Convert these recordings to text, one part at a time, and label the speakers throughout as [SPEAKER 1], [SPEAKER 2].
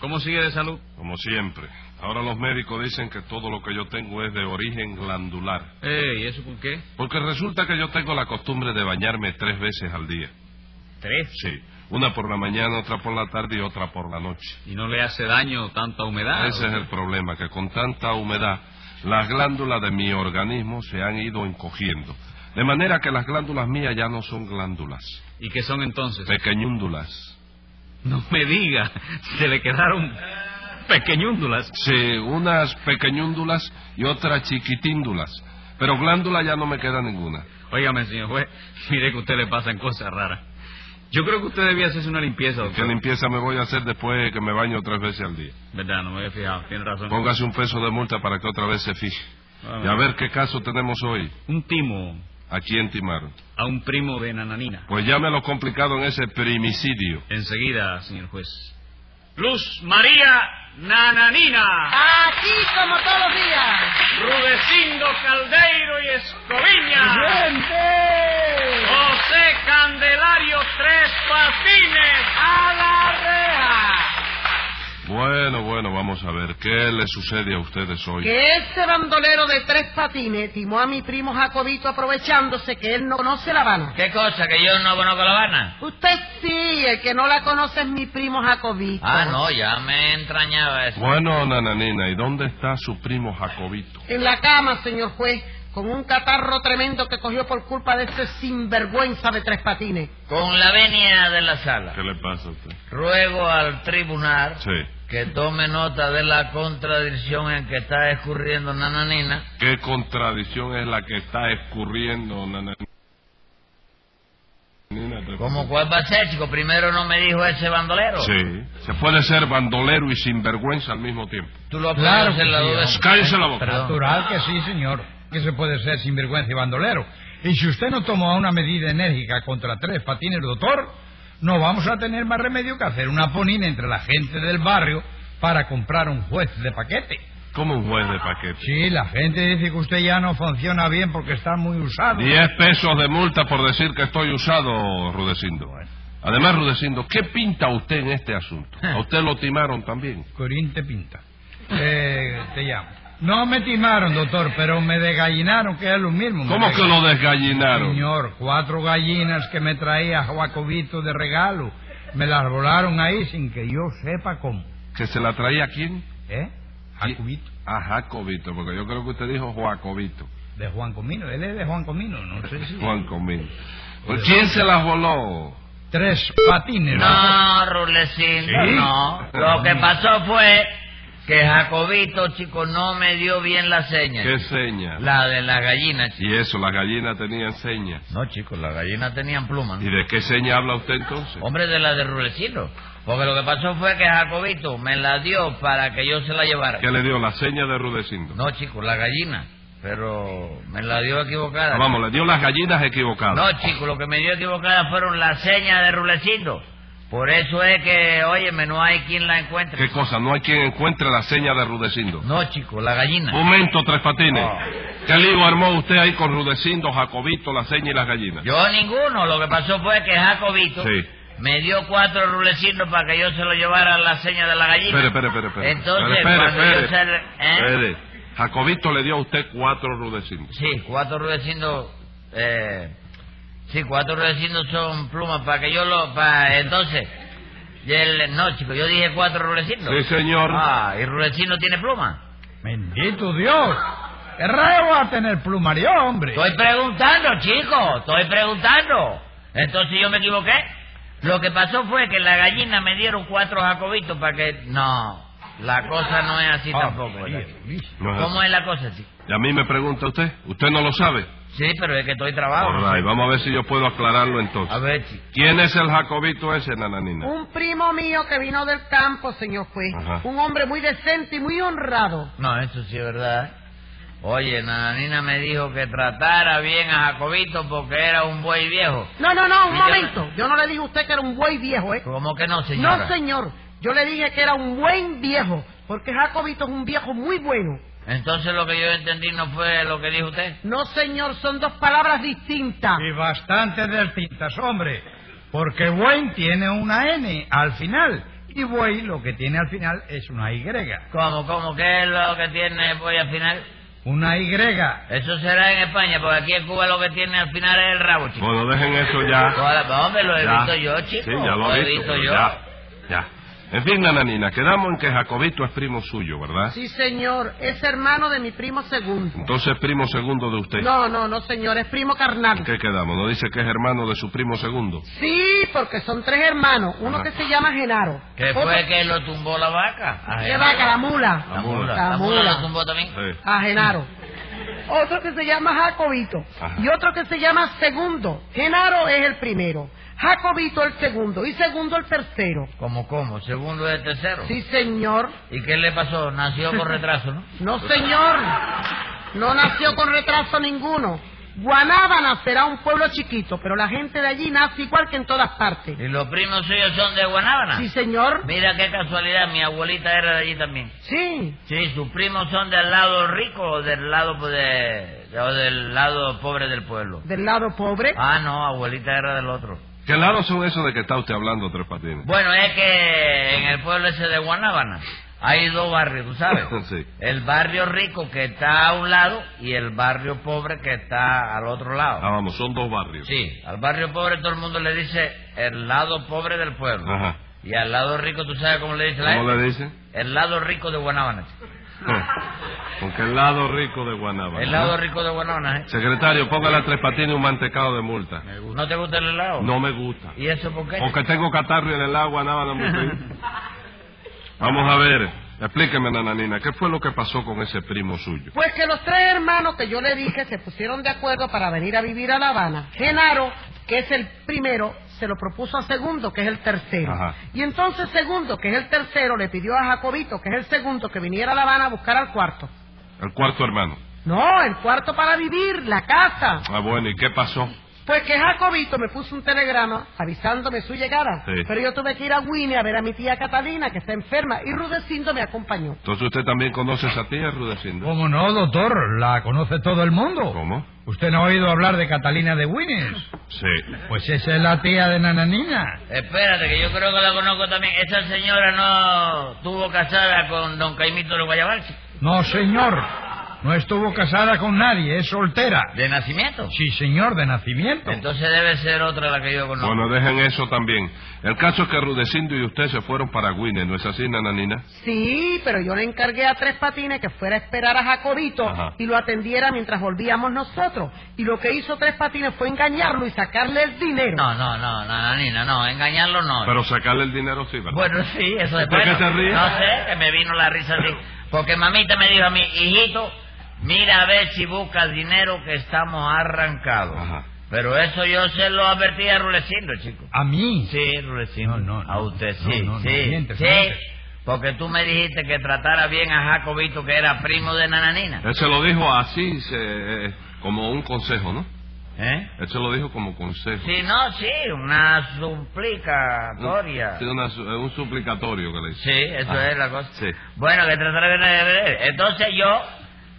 [SPEAKER 1] ¿Cómo sigue de salud?
[SPEAKER 2] Como siempre. Ahora los médicos dicen que todo lo que yo tengo es de origen glandular.
[SPEAKER 1] Eh, ¿Y eso por qué?
[SPEAKER 2] Porque resulta que yo tengo la costumbre de bañarme tres veces al día.
[SPEAKER 1] Tres.
[SPEAKER 2] Sí. Una por la mañana, otra por la tarde y otra por la noche.
[SPEAKER 1] ¿Y no le hace daño tanta humedad?
[SPEAKER 2] Ese
[SPEAKER 1] o
[SPEAKER 2] es
[SPEAKER 1] qué?
[SPEAKER 2] el problema, que con tanta humedad las glándulas de mi organismo se han ido encogiendo. De manera que las glándulas mías ya no son glándulas,
[SPEAKER 1] ¿Y qué son entonces?
[SPEAKER 2] pequeñúndulas.
[SPEAKER 1] No me diga, se le quedaron pequeñúndulas.
[SPEAKER 2] Sí, unas pequeñúndulas y otras chiquitíndulas. Pero glándula ya no me queda ninguna.
[SPEAKER 1] Óigame, señor juez, mire que a usted le pasan cosas raras. Yo creo que usted debía hacerse una limpieza,
[SPEAKER 2] ¿Qué
[SPEAKER 1] doctor.
[SPEAKER 2] limpieza me voy a hacer después de que me baño tres veces al día?
[SPEAKER 1] Verdad, no me había fijado, tiene razón.
[SPEAKER 2] Póngase un peso de multa para que otra vez se fije.
[SPEAKER 1] Ah,
[SPEAKER 2] Y a ver qué caso tenemos hoy.
[SPEAKER 1] Un timo
[SPEAKER 2] ¿A quién timaron?
[SPEAKER 1] a un primo de Nananina.
[SPEAKER 2] Pues llámelo complicado en ese primicidio.
[SPEAKER 1] Enseguida, señor juez. Luz María Nananina,
[SPEAKER 3] Aquí como todos los días.
[SPEAKER 1] Rudecindo Caldeiro y Escoviña,
[SPEAKER 3] ¡Gente!
[SPEAKER 1] José Candelario Tres Patines, a la reja.
[SPEAKER 2] Bueno, bueno, vamos a ver. ¿Qué le sucede a ustedes hoy?
[SPEAKER 3] Que ese bandolero de tres patines timó a mi primo Jacobito aprovechándose que él no conoce La Habana.
[SPEAKER 4] ¿Qué cosa? ¿Que yo no conozco La Habana?
[SPEAKER 3] Usted sí, el que no la conoce es mi primo Jacobito.
[SPEAKER 4] Ah, no, ya me entrañaba eso.
[SPEAKER 2] Bueno, nananina, ¿y dónde está su primo Jacobito?
[SPEAKER 3] En la cama, señor juez, con un catarro tremendo que cogió por culpa de ese sinvergüenza de tres patines.
[SPEAKER 4] Con la venia de la
[SPEAKER 2] ¿Qué
[SPEAKER 4] sala,
[SPEAKER 2] le pasa a usted?
[SPEAKER 4] ruego al tribunal
[SPEAKER 2] Sí.
[SPEAKER 4] que tome nota de la contradicción en que está escurriendo Nananina.
[SPEAKER 2] ¿Qué contradicción es la que está escurriendo, nananina?
[SPEAKER 4] ¿Cómo cuál va a ser, chico? Primero no me dijo ese bandolero.
[SPEAKER 2] Sí. Se puede ser bandolero y sinvergüenza al mismo tiempo.
[SPEAKER 4] Tú lo
[SPEAKER 5] Claro
[SPEAKER 4] apuntas en
[SPEAKER 5] que
[SPEAKER 4] la
[SPEAKER 5] sí,
[SPEAKER 4] duda.
[SPEAKER 5] hombre.
[SPEAKER 2] Cállese la boca.
[SPEAKER 4] Perdón.
[SPEAKER 5] Natural que sí, señor. Que se puede ser sinvergüenza y bandolero. Y si usted no toma una medida enérgica contra tres patines, doctor, no vamos a tener más remedio que hacer una ponina entre la gente del barrio para comprar un juez de paquete.
[SPEAKER 2] Como un juez de paquete.
[SPEAKER 5] Sí, la gente dice que usted ya no funciona bien porque está muy usado.
[SPEAKER 2] Diez pesos de multa por decir que estoy usado, Rudecindo. Además, Rudecindo, ¿qué pinta usted en este asunto? A usted lo timaron también.
[SPEAKER 5] Corín te pinta. Eh, te llamo. No me timaron, doctor, pero me desgallinaron, que es lo mismo. me
[SPEAKER 2] ¿Cómo que
[SPEAKER 5] desgallinaron.
[SPEAKER 2] lo desgallinaron?
[SPEAKER 5] Señor, cuatro gallinas que me traía Jacobito de regalo. Me las volaron ahí sin que yo sepa cómo.
[SPEAKER 2] ¿Que se la traía a quién?
[SPEAKER 5] ¿Eh? Jacobito.
[SPEAKER 2] A Jacobito, porque yo creo que usted dijo Joacobito.
[SPEAKER 5] De Juan Comino. Él es de Juan Comino, no sé si.
[SPEAKER 2] Juan Comín. ¿Por quién se las voló?
[SPEAKER 5] Tres patines.
[SPEAKER 4] No, Rulecito,
[SPEAKER 2] ¿Sí?
[SPEAKER 4] no. Lo que pasó fue que Jacobito, chico, no me dio bien la seña.
[SPEAKER 2] ¿Qué seña?
[SPEAKER 4] La de la gallina, chico.
[SPEAKER 2] Y eso, las gallinas tenían señas.
[SPEAKER 4] No, chicos, las gallinas tenían plumas.
[SPEAKER 2] ¿Y de qué seña habla usted entonces?
[SPEAKER 4] Ah. Hombre, de la de Rulecino. Porque lo que pasó fue que Jacobito me la dio para que yo se la llevara.
[SPEAKER 2] ¿Qué le dio la seña de Rudecindo?
[SPEAKER 4] No, chico, la gallina. Pero me la dio equivocada.
[SPEAKER 2] Ah, vamos, le dio las gallinas equivocadas.
[SPEAKER 4] No, chico, lo que me dio equivocada fueron las señas de Rulecino. Por eso es que, óyeme, no hay quien la encuentre.
[SPEAKER 2] ¿Qué cosa? No hay quien encuentre la seña de Rudecindo.
[SPEAKER 4] No, chico, la gallina.
[SPEAKER 2] Momento, Tres Patines.
[SPEAKER 4] Ah.
[SPEAKER 2] ¿Qué lío armó usted ahí con Rudecindo, Jacobito, la seña y las gallinas?
[SPEAKER 4] Yo ninguno. Lo que pasó fue que Jacobito
[SPEAKER 2] Sí.
[SPEAKER 4] me dio cuatro rulecinos para que yo se lo llevara a la seña de la gallina.
[SPEAKER 2] Espere, espere, espere. espere.
[SPEAKER 4] Entonces,
[SPEAKER 2] espere,
[SPEAKER 4] cuando
[SPEAKER 2] espere,
[SPEAKER 4] yo
[SPEAKER 2] espere.
[SPEAKER 4] sal- ¿eh?
[SPEAKER 2] Espere. Jacobito le dio a usted cuatro Rudecindos.
[SPEAKER 4] Sí, cuatro ruecindos, eh, sí, cuatro ruecindos son plumas para que yo lo, para entonces, y el, no chico, yo dije cuatro ruecindos.
[SPEAKER 2] Sí, señor.
[SPEAKER 4] Ah, y rulecino tiene pluma.
[SPEAKER 5] Bendito Dios. Errado a tener plumario, hombre.
[SPEAKER 4] Estoy preguntando, chico, estoy preguntando. Entonces yo me equivoqué. Lo que pasó fue que la gallina me dieron cuatro jacobitos para que, no, la cosa no es así
[SPEAKER 5] Ah,
[SPEAKER 4] tampoco.
[SPEAKER 5] María,
[SPEAKER 4] ¿verdad?
[SPEAKER 5] Luis.
[SPEAKER 2] No es
[SPEAKER 4] ¿Cómo es la cosa, chico?
[SPEAKER 2] así. Y a mí me pregunta usted. ¿Usted no lo sabe?
[SPEAKER 4] Sí, pero es que estoy trabajando.
[SPEAKER 2] All right, vamos a ver si yo puedo aclararlo
[SPEAKER 4] Ah. A
[SPEAKER 2] entonces.
[SPEAKER 4] ver, chico.
[SPEAKER 2] ¿Quién es el jacobito ese, nananina?
[SPEAKER 3] Un primo mío que vino del campo, señor juez.
[SPEAKER 2] Ajá.
[SPEAKER 3] Un hombre muy decente y muy honrado.
[SPEAKER 4] No, eso sí es verdad. Oye, Nananina me dijo que tratara bien a Jacobito porque era un buey viejo.
[SPEAKER 3] No, no, no, un
[SPEAKER 4] Mira.
[SPEAKER 3] momento. Yo no le dije a usted que era un buen viejo, ¿eh?
[SPEAKER 4] ¿Cómo que no, señora?
[SPEAKER 3] No, señor. Yo le dije que era un buen viejo, porque Jacobito es un viejo muy bueno.
[SPEAKER 4] Entonces lo que yo entendí no fue lo que dijo usted.
[SPEAKER 3] No, señor, son dos palabras distintas.
[SPEAKER 5] Y bastante distintas, hombre. Porque buen tiene una N al final. Y buey lo que tiene al final es una Y.
[SPEAKER 4] ¿Cómo, cómo? ¿Qué es lo que tiene el buey al final?
[SPEAKER 5] Una Y.
[SPEAKER 4] Eso será en España, porque aquí en Cuba lo que tiene al final es el rabo, chico.
[SPEAKER 2] Bueno, dejen eso ya.
[SPEAKER 4] Joder, hombre, lo he
[SPEAKER 2] Ya.
[SPEAKER 4] visto yo, chico.
[SPEAKER 2] Sí, ya lo he visto, pero
[SPEAKER 4] yo.
[SPEAKER 2] ya, ya. En fin, nananina, quedamos en que Jacobito es primo suyo, ¿verdad?
[SPEAKER 3] Sí, señor, es hermano de mi primo segundo.
[SPEAKER 2] Entonces, primo segundo de usted.
[SPEAKER 3] No, no, no, señor, es primo
[SPEAKER 2] ¿En
[SPEAKER 3] carnal.
[SPEAKER 2] qué quedamos? ¿No dice que es hermano de su primo segundo?
[SPEAKER 3] Sí, porque son tres hermanos. Uno
[SPEAKER 2] Ajá.
[SPEAKER 3] que se llama Genaro.
[SPEAKER 4] ¿Qué
[SPEAKER 3] Otro-
[SPEAKER 4] fue que lo tumbó la vaca? A
[SPEAKER 3] ¿Qué
[SPEAKER 4] Genaro.
[SPEAKER 3] vaca? La mula.
[SPEAKER 4] La mula.
[SPEAKER 3] La
[SPEAKER 4] La mula
[SPEAKER 3] mula.
[SPEAKER 4] lo tumbó también.
[SPEAKER 2] Sí.
[SPEAKER 3] A Genaro. Otro que se llama Jacobito.
[SPEAKER 2] Ajá.
[SPEAKER 3] Y otro que se llama Segundo. Genaro es el primero. Jacobito el segundo. Y Segundo el tercero.
[SPEAKER 4] ¿Cómo, cómo? ¿Segundo de tercero?
[SPEAKER 3] Sí, señor.
[SPEAKER 4] ¿Y qué le pasó? Nació con retraso, ¿no?
[SPEAKER 3] No, señor. No nació con retraso ninguno. Guanábana será un pueblo chiquito, pero la gente de allí nace igual que en todas partes.
[SPEAKER 4] ¿Y los primos suyos son de Guanábana?
[SPEAKER 3] Sí, señor.
[SPEAKER 4] Mira qué casualidad, mi abuelita era de allí también.
[SPEAKER 3] Sí.
[SPEAKER 4] Sí, sus primos son del lado rico o del lado pues, de, o del lado pobre del pueblo.
[SPEAKER 3] Del lado pobre.
[SPEAKER 4] Ah, no, abuelita era del otro.
[SPEAKER 2] ¿Qué lados son esos de que está usted hablando, Tres Patines?
[SPEAKER 4] Bueno, es que en el pueblo ese de Guanábana hay dos barrios, ¿tú sabes?
[SPEAKER 2] Sí.
[SPEAKER 4] El barrio rico que está a un lado y el barrio pobre que está al otro lado.
[SPEAKER 2] Ah, vamos, son dos barrios.
[SPEAKER 4] Sí, al barrio pobre todo el mundo le dice el lado pobre del pueblo.
[SPEAKER 2] Ajá.
[SPEAKER 4] Y al lado rico, ¿tú sabes cómo le dice la
[SPEAKER 2] Ah.
[SPEAKER 4] E.
[SPEAKER 2] ¿Cómo
[SPEAKER 4] gente?
[SPEAKER 2] le dicen?
[SPEAKER 4] El lado rico de Guanábana.
[SPEAKER 2] Porque el lado rico de Guanábana.
[SPEAKER 4] El lado rico de Guanábana, ¿eh?
[SPEAKER 2] Secretario, póngale a Tres Patines un mantecado de multa.
[SPEAKER 4] Me gusta. ¿No te gusta el helado?
[SPEAKER 2] No me gusta.
[SPEAKER 4] ¿Y eso por qué?
[SPEAKER 2] Porque tengo catarro y el helado Guanábana muy frío. Vamos a ver, explíqueme, nananina, ¿qué fue lo que pasó con ese primo suyo?
[SPEAKER 3] Pues que los tres hermanos que yo le dije se pusieron de acuerdo para venir a vivir a La Habana. Genaro, que es el primero, se lo propuso a Segundo, que es el tercero.
[SPEAKER 2] Ajá.
[SPEAKER 3] Y entonces Segundo, que es el tercero, le pidió a Jacobito, que es el segundo, que viniera a La Habana a buscar al cuarto.
[SPEAKER 2] El cuarto hermano.
[SPEAKER 3] No, el cuarto para vivir, la casa.
[SPEAKER 2] Ah, bueno, ¿y qué pasó?
[SPEAKER 3] Pues que Jacobito me puso un telegrama avisándome su llegada.
[SPEAKER 2] Sí.
[SPEAKER 3] Pero yo tuve que ir a Winnie a ver a mi tía Catalina, que está enferma, y Rudecindo me acompañó.
[SPEAKER 2] Entonces usted también conoce a esa tía, Rudecindo.
[SPEAKER 5] ¿Cómo no, doctor? La conoce todo el mundo.
[SPEAKER 2] ¿Cómo?
[SPEAKER 5] ¿Usted no ha oído hablar de Catalina de Winnes?
[SPEAKER 2] Sí.
[SPEAKER 5] Pues esa es la tía de Nananina.
[SPEAKER 4] Espérate, que yo creo que la conozco también. Esa señora no tuvo casada con don Caimito de Guayabal, chico.
[SPEAKER 5] No, señor. No estuvo casada con nadie, es soltera.
[SPEAKER 4] ¿De nacimiento?
[SPEAKER 5] Sí, señor, de nacimiento.
[SPEAKER 4] Entonces debe ser otra la que yo conozco.
[SPEAKER 2] Bueno, dejen eso también. El caso es que Rudecindo y usted se fueron para Guinea, ¿no es así, nananina?
[SPEAKER 3] Sí, pero yo le encargué a Tres Patines que fuera a esperar a Jacobito
[SPEAKER 2] Ajá.
[SPEAKER 3] y lo atendiera mientras volvíamos nosotros. Y lo que hizo Tres Patines fue engañarlo y sacarle el dinero.
[SPEAKER 4] No, no, no, nananina, no, engañarlo no.
[SPEAKER 2] Pero sacarle el dinero sí, ¿verdad?
[SPEAKER 4] Bueno, sí, eso
[SPEAKER 2] ¿Y
[SPEAKER 4] es
[SPEAKER 2] por qué
[SPEAKER 4] bueno.
[SPEAKER 2] se ríe?
[SPEAKER 4] No sé, que me vino la risa así. Porque mamita me dijo a mí, hijito, mira a ver si buscas dinero que estamos arrancados.
[SPEAKER 2] Ajá.
[SPEAKER 4] Pero eso yo se lo advertí a Rulecindo, chico.
[SPEAKER 5] ¿A mí?
[SPEAKER 4] Sí, Rulecindo.
[SPEAKER 5] No, no, no.
[SPEAKER 4] A usted, sí,
[SPEAKER 5] No, no, no,
[SPEAKER 4] sí,
[SPEAKER 5] mientes,
[SPEAKER 4] sí.
[SPEAKER 5] mientes.
[SPEAKER 4] Porque tú me dijiste que tratara bien a Jacobito, que era primo de Nananina.
[SPEAKER 2] Él se lo dijo así, se- eh, como un consejo, ¿no?
[SPEAKER 4] ¿Eh?
[SPEAKER 2] Él se lo dijo como consejo.
[SPEAKER 4] Sí, no, sí, una suplicatoria.
[SPEAKER 2] Sí, una su- eh, un suplicatorio que le hizo.
[SPEAKER 4] Sí, eso
[SPEAKER 2] Ah,
[SPEAKER 4] es la cosa.
[SPEAKER 2] sí.
[SPEAKER 4] Bueno, que tratará de nadie ver. Entonces yo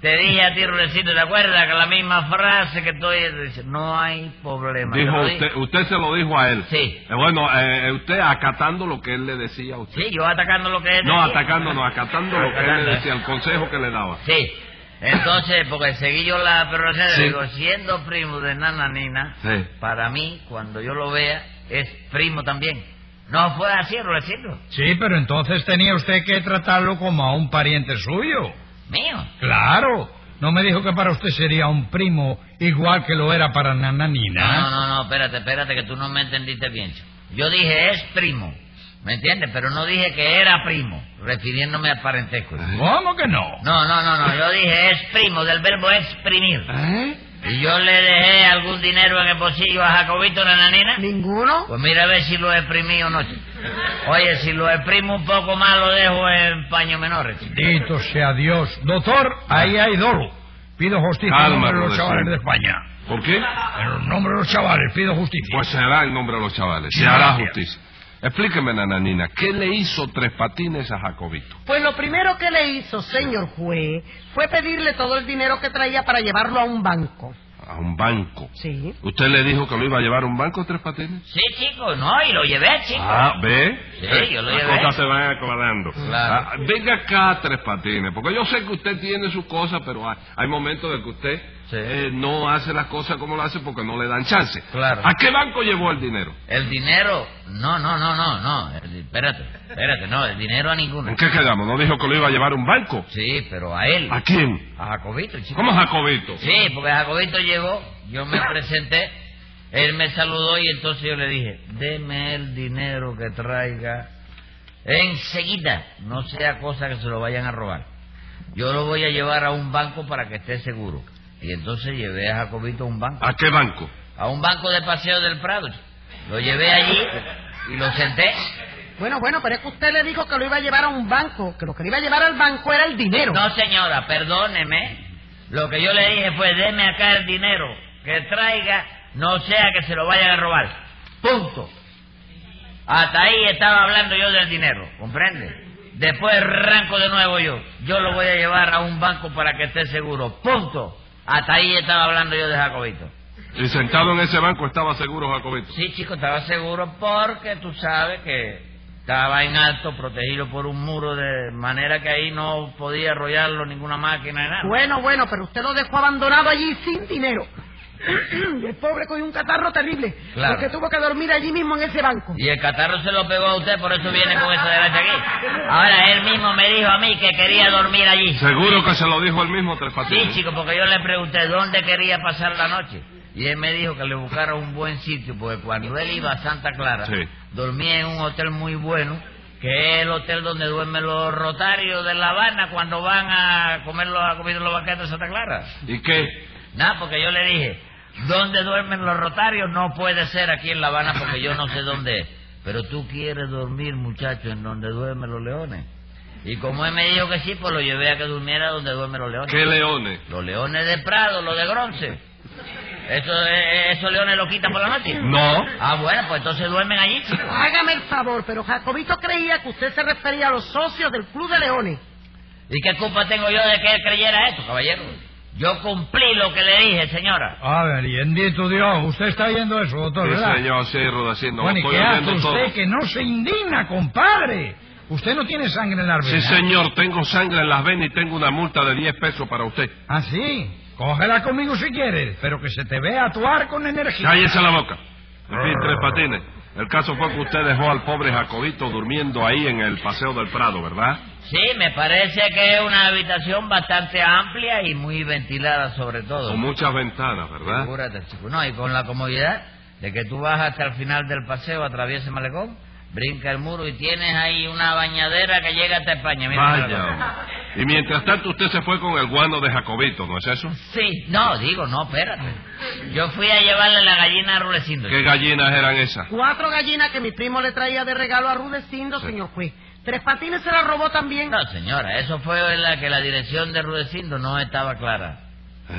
[SPEAKER 4] te dije a ti, Rulecito, ¿te acuerdas? Que la misma frase que estoy dice, no hay problema. Yo
[SPEAKER 2] Dijo
[SPEAKER 4] lo
[SPEAKER 2] usted,
[SPEAKER 4] dije.
[SPEAKER 2] usted se lo dijo a él.
[SPEAKER 4] Sí.
[SPEAKER 2] Eh, bueno, eh, usted acatando lo que él le decía a usted.
[SPEAKER 4] Sí, yo atacando lo que es.
[SPEAKER 2] No, atacando, no, acatando lo que él
[SPEAKER 4] Atacando,
[SPEAKER 2] le
[SPEAKER 4] eh.
[SPEAKER 2] decía, el consejo que le daba.
[SPEAKER 4] Sí. Entonces, porque seguí yo la prerrogativa,
[SPEAKER 2] Sí.
[SPEAKER 4] digo, siendo primo de Nananina,
[SPEAKER 2] Sí.
[SPEAKER 4] para mí, cuando yo lo vea, es primo también. No fue así, Rulecito.
[SPEAKER 5] Sí, pero entonces tenía usted que tratarlo como a un pariente suyo.
[SPEAKER 4] Mío.
[SPEAKER 5] Claro. No me dijo que para usted sería un primo igual que lo era para Nananina.
[SPEAKER 4] No, no, no, no, espérate, espérate, que tú no me entendiste bien. chico. Yo dije es primo, ¿me entiendes? Pero no dije que era primo, refiriéndome al parentesco.
[SPEAKER 5] ¿Cómo que no?
[SPEAKER 4] No, no, no, no, yo dije es primo, del verbo exprimir.
[SPEAKER 2] ¿Eh?
[SPEAKER 4] ¿Y yo le dejé algún dinero en el bolsillo a Jacobito Nananina?
[SPEAKER 3] ¿Ninguno?
[SPEAKER 4] Pues mira a ver si lo exprimí o no. chico. Oye, si lo exprimo un poco más, lo dejo en paños menores. chico.
[SPEAKER 5] Dito sea Dios. Doctor, ahí hay dolo. Pido justicia en
[SPEAKER 2] Calma,
[SPEAKER 5] nombre de los
[SPEAKER 2] Rudecindo.
[SPEAKER 5] chavales de España.
[SPEAKER 2] ¿Por qué?
[SPEAKER 5] En nombre de los chavales, pido justicia.
[SPEAKER 2] Pues se hará en nombre de los chavales, se
[SPEAKER 5] Sí,
[SPEAKER 2] hará
[SPEAKER 5] gracias.
[SPEAKER 2] justicia. Explíqueme, nananina, ¿qué le hizo Tres Patines a Jacobito?
[SPEAKER 3] Pues lo primero que le hizo, señor juez, fue pedirle todo el dinero que traía para llevarlo a un banco.
[SPEAKER 2] A un banco.
[SPEAKER 3] Sí.
[SPEAKER 2] ¿Usted le dijo que lo iba a llevar a un banco, Tres Patines?
[SPEAKER 4] Sí, chico, no, y lo llevé, chico.
[SPEAKER 2] Ah, ¿ve?
[SPEAKER 4] Sí,
[SPEAKER 2] Eh,
[SPEAKER 4] yo lo
[SPEAKER 2] Las
[SPEAKER 4] llevé.
[SPEAKER 2] cosas se van aclarando.
[SPEAKER 4] Claro.
[SPEAKER 2] Ah, venga acá, Tres Patines, porque yo sé que usted tiene sus cosas, pero hay, hay momentos en que usted
[SPEAKER 4] Sí.
[SPEAKER 2] eh, no hace las cosas como las hace porque no le dan chance.
[SPEAKER 4] Claro.
[SPEAKER 2] ¿A qué banco llevó el dinero?
[SPEAKER 4] El dinero... No, no, no, no, no. El- Espérate, espérate, no, el dinero a ninguno.
[SPEAKER 2] ¿En qué quedamos? ¿No dijo que lo iba a llevar a un banco?
[SPEAKER 4] Sí, pero a él.
[SPEAKER 2] ¿A quién?
[SPEAKER 4] A Jacobito, chico.
[SPEAKER 2] Ah. ¿Cómo Jacobito?
[SPEAKER 4] Sí, porque Jacobito llegó, yo me presenté, él me saludó y entonces yo le dije, deme el dinero que traiga enseguida, no sea cosa que se lo vayan a robar. Yo lo voy a llevar a un banco para que esté seguro. Y entonces llevé a Jacobito a un banco,
[SPEAKER 2] ¿A qué banco?
[SPEAKER 4] a un banco de paseo del Prado. Lo llevé allí y lo senté.
[SPEAKER 3] Bueno, bueno, pero es que usted le dijo que lo iba a llevar a un banco, que lo que le iba a llevar al banco era el dinero.
[SPEAKER 4] No, señora, perdóneme. Lo que yo le dije fue, deme acá el dinero que traiga, no sea que se lo vayan a robar. Punto. Hasta ahí estaba hablando yo del dinero, ¿comprende? Después arranco de nuevo yo. Yo lo voy a llevar a un banco para que esté seguro. Punto. Hasta ahí estaba hablando yo de Jacobito.
[SPEAKER 2] Y sentado en ese banco estaba seguro Jacobito.
[SPEAKER 4] Sí, chico, estaba seguro porque tú sabes que estaba en alto, protegido por un muro, de manera que ahí no podía arrollarlo ninguna máquina ni nada.
[SPEAKER 3] Bueno, bueno, pero usted lo dejó abandonado allí sin dinero. El pobre cogió un catarro terrible,
[SPEAKER 4] Claro.
[SPEAKER 3] porque tuvo que dormir allí mismo en ese banco.
[SPEAKER 4] Y el catarro se lo pegó a usted, por eso viene con esa desgracia aquí. Ahora él mismo me dijo a mí que quería dormir allí.
[SPEAKER 2] Seguro que se lo dijo el mismo Tres
[SPEAKER 4] Sí,
[SPEAKER 2] Patines.
[SPEAKER 4] chico, porque yo le pregunté dónde quería pasar la noche. Y él me dijo que le buscara un buen sitio, porque cuando él iba a Santa Clara,
[SPEAKER 2] Sí.
[SPEAKER 4] dormía en un hotel muy bueno, que es el hotel donde duermen los rotarios de La Habana cuando van a comer los, a comer los banquetes de Santa Clara.
[SPEAKER 2] ¿Y qué?
[SPEAKER 4] Nada, porque yo le dije, ¿dónde duermen los rotarios? No puede ser aquí en La Habana porque yo no sé dónde es. Pero tú quieres dormir, muchacho, en donde duermen los leones. Y como él me dijo que sí, pues lo llevé a que durmiera donde duermen los leones.
[SPEAKER 2] ¿Qué leones?
[SPEAKER 4] Los leones de Prado, los de Bronce. Eso, eh, ¿Esos leones lo quitan por la noche?
[SPEAKER 2] No.
[SPEAKER 4] Ah, bueno, pues entonces duermen allí, chico.
[SPEAKER 3] Hágame el favor, pero Jacobito creía que usted se refería a los socios del Club de Leones.
[SPEAKER 4] ¿Y qué culpa tengo yo de que él creyera esto, caballero? Yo cumplí lo que le dije, señora.
[SPEAKER 5] A ver, y bendito Dios, usted está oyendo eso, doctor,
[SPEAKER 2] Sí,
[SPEAKER 5] ¿verdad?
[SPEAKER 2] señor, sí, Rudecindo, lo
[SPEAKER 5] bueno, ¿y
[SPEAKER 2] estoy
[SPEAKER 5] qué hace
[SPEAKER 2] oyendo
[SPEAKER 5] usted
[SPEAKER 2] todo.
[SPEAKER 5] que no se indigna, compadre? Usted no tiene sangre en la
[SPEAKER 2] Sí,
[SPEAKER 5] venas.
[SPEAKER 2] señor, tengo sangre en las venas y tengo una multa de 10 pesos para usted.
[SPEAKER 5] ¿Ah, sí? Cógela conmigo si quieres, pero que se te vea actuar con energía.
[SPEAKER 2] Cállese la boca. En fin, Tres Patines, el caso fue que usted dejó al pobre Jacobito durmiendo ahí en el Paseo del Prado, ¿verdad?
[SPEAKER 4] Sí, me parece que es una habitación bastante amplia y muy ventilada sobre todo.
[SPEAKER 2] Con muchas ventanas, ¿verdad?
[SPEAKER 4] Figúrate, chico. No, y con la comodidad de que tú vas hasta el final del paseo, atraviesa el malecón, brinca el muro y tienes ahí una bañadera que llega hasta España. Mira,
[SPEAKER 2] Vaya.
[SPEAKER 4] mira,
[SPEAKER 2] hombre.
[SPEAKER 4] mira.
[SPEAKER 2] Y mientras tanto usted se fue con el guano de Jacobito, ¿no es eso?
[SPEAKER 4] Sí, no, digo, no, espérate. Yo fui a llevarle la gallina a Rulecindo.
[SPEAKER 2] ¿Qué gallinas eran esas?
[SPEAKER 3] Cuatro gallinas que mi primo le traía de regalo a Rudecindo, señor juez. Tres patines se las robó también.
[SPEAKER 4] No, señora, eso fue la que la dirección de Rulecindo no estaba clara.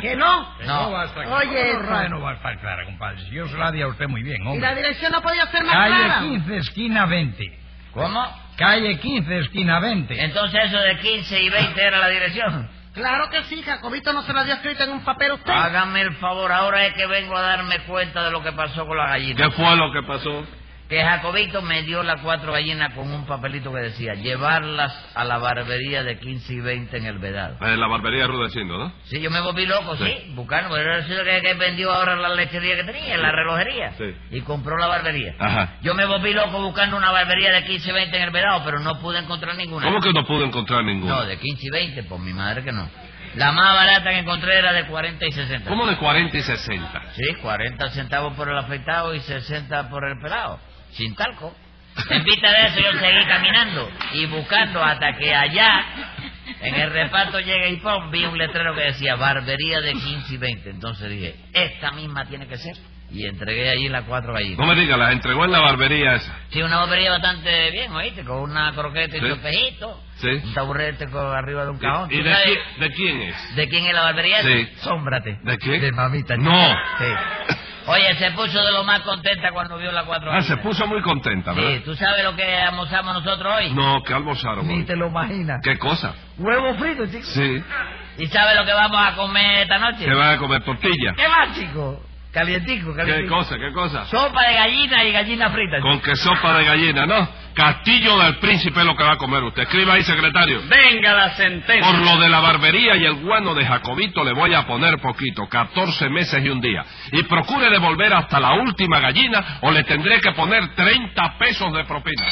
[SPEAKER 3] ¿Que no?
[SPEAKER 5] Que
[SPEAKER 4] No.
[SPEAKER 5] va a estar
[SPEAKER 3] Oye,
[SPEAKER 5] clara. No,
[SPEAKER 3] eso.
[SPEAKER 5] no va a estar clara, compadre. Si yo se la di a usted muy bien,
[SPEAKER 3] ¿Y la
[SPEAKER 5] hombre.
[SPEAKER 3] dirección no podía ser más clara?
[SPEAKER 5] Calle 15, esquina 20.
[SPEAKER 4] ¿Cómo?
[SPEAKER 5] Calle 15, esquina 20.
[SPEAKER 4] Entonces eso de 15 y 20 era la dirección.
[SPEAKER 3] Claro que sí, Jacobito no se la dio escrita en un papel a usted.
[SPEAKER 4] Hágame el favor, ahora es que vengo a darme cuenta de lo que pasó con la gallina.
[SPEAKER 2] ¿Qué fue lo que pasó?
[SPEAKER 4] Que Jacobito me dio las cuatro gallinas con un papelito que decía llevarlas a la barbería de 15 y 20 en el Vedado.
[SPEAKER 2] En Eh, la barbería de Rudecindo, ¿no?
[SPEAKER 4] Sí, yo me volví loco, sí,
[SPEAKER 2] Sí.
[SPEAKER 4] buscando, pero era el señor que, que vendió ahora la lechería que tenía, la relojería,
[SPEAKER 2] Sí.
[SPEAKER 4] y compró la barbería.
[SPEAKER 2] Ajá.
[SPEAKER 4] Yo me volví loco buscando una barbería de 15 y 20 en el Vedado, pero no pude encontrar ninguna.
[SPEAKER 2] ¿Cómo que no pudo encontrar
[SPEAKER 4] No,
[SPEAKER 2] ninguno?
[SPEAKER 4] de 15 y 20, por mi madre que no. La más barata que encontré era de 40 y 60.
[SPEAKER 2] ¿Cómo de 40 y 60?
[SPEAKER 4] Sí, 40 centavos por el afeitado y 60 por el pelado, sin talco. En vista de eso yo seguí caminando y buscando hasta que allá, En el reparto llega y pon, vi un letrero que decía barbería de 15 y 20. Entonces dije, esta misma tiene que ser. Y entregué allí las cuatro
[SPEAKER 2] No
[SPEAKER 4] gallinas.
[SPEAKER 2] me diga, las entregó en la barbería esa.
[SPEAKER 4] Sí, una barbería bastante bien, oíste, con una croqueta y
[SPEAKER 2] Sí.
[SPEAKER 4] topejito.
[SPEAKER 2] Sí.
[SPEAKER 4] Un taburete con arriba de un cajón.
[SPEAKER 2] ¿Y, y
[SPEAKER 4] ¿Tú
[SPEAKER 2] de,
[SPEAKER 4] sabes
[SPEAKER 2] qui- de quién es?
[SPEAKER 4] de quién es la barbería?
[SPEAKER 2] Sí.
[SPEAKER 4] Sómbrate.
[SPEAKER 2] ¿De quién?
[SPEAKER 4] De mamita.
[SPEAKER 2] No.
[SPEAKER 4] Sí. Oye, se puso de lo más contenta cuando vio las cuatro
[SPEAKER 2] Ah, se
[SPEAKER 4] gallinas.
[SPEAKER 2] puso muy contenta,
[SPEAKER 4] Sí,
[SPEAKER 2] ¿verdad?
[SPEAKER 4] ¿tú sabes lo que almorzamos nosotros hoy?
[SPEAKER 2] No, que almorzaron.
[SPEAKER 4] Ni
[SPEAKER 2] hoy?
[SPEAKER 4] te lo imaginas.
[SPEAKER 2] ¿Qué cosa?
[SPEAKER 4] Huevo frito, chico.
[SPEAKER 2] Sí.
[SPEAKER 4] ¿Y sabes lo que vamos a comer esta noche?
[SPEAKER 2] ¿Qué van a comer? ¿Tortilla?
[SPEAKER 4] ¿Qué va, chico? Calientico,
[SPEAKER 2] ¿Qué
[SPEAKER 4] calientico.
[SPEAKER 2] cosa? ¿Qué cosa?
[SPEAKER 4] Sopa de gallina y gallina frita. chico.
[SPEAKER 2] Con que sopa de gallina, ¿no? Castillo del Príncipe es lo que va a comer usted. Escriba ahí, secretario.
[SPEAKER 6] Venga la sentencia.
[SPEAKER 2] Por lo de la barbería y el guano de Jacobito le voy a poner poquito, 14 meses y un día. Y procure devolver hasta la última gallina o le tendré que poner 30 pesos de propina.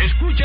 [SPEAKER 1] Escucha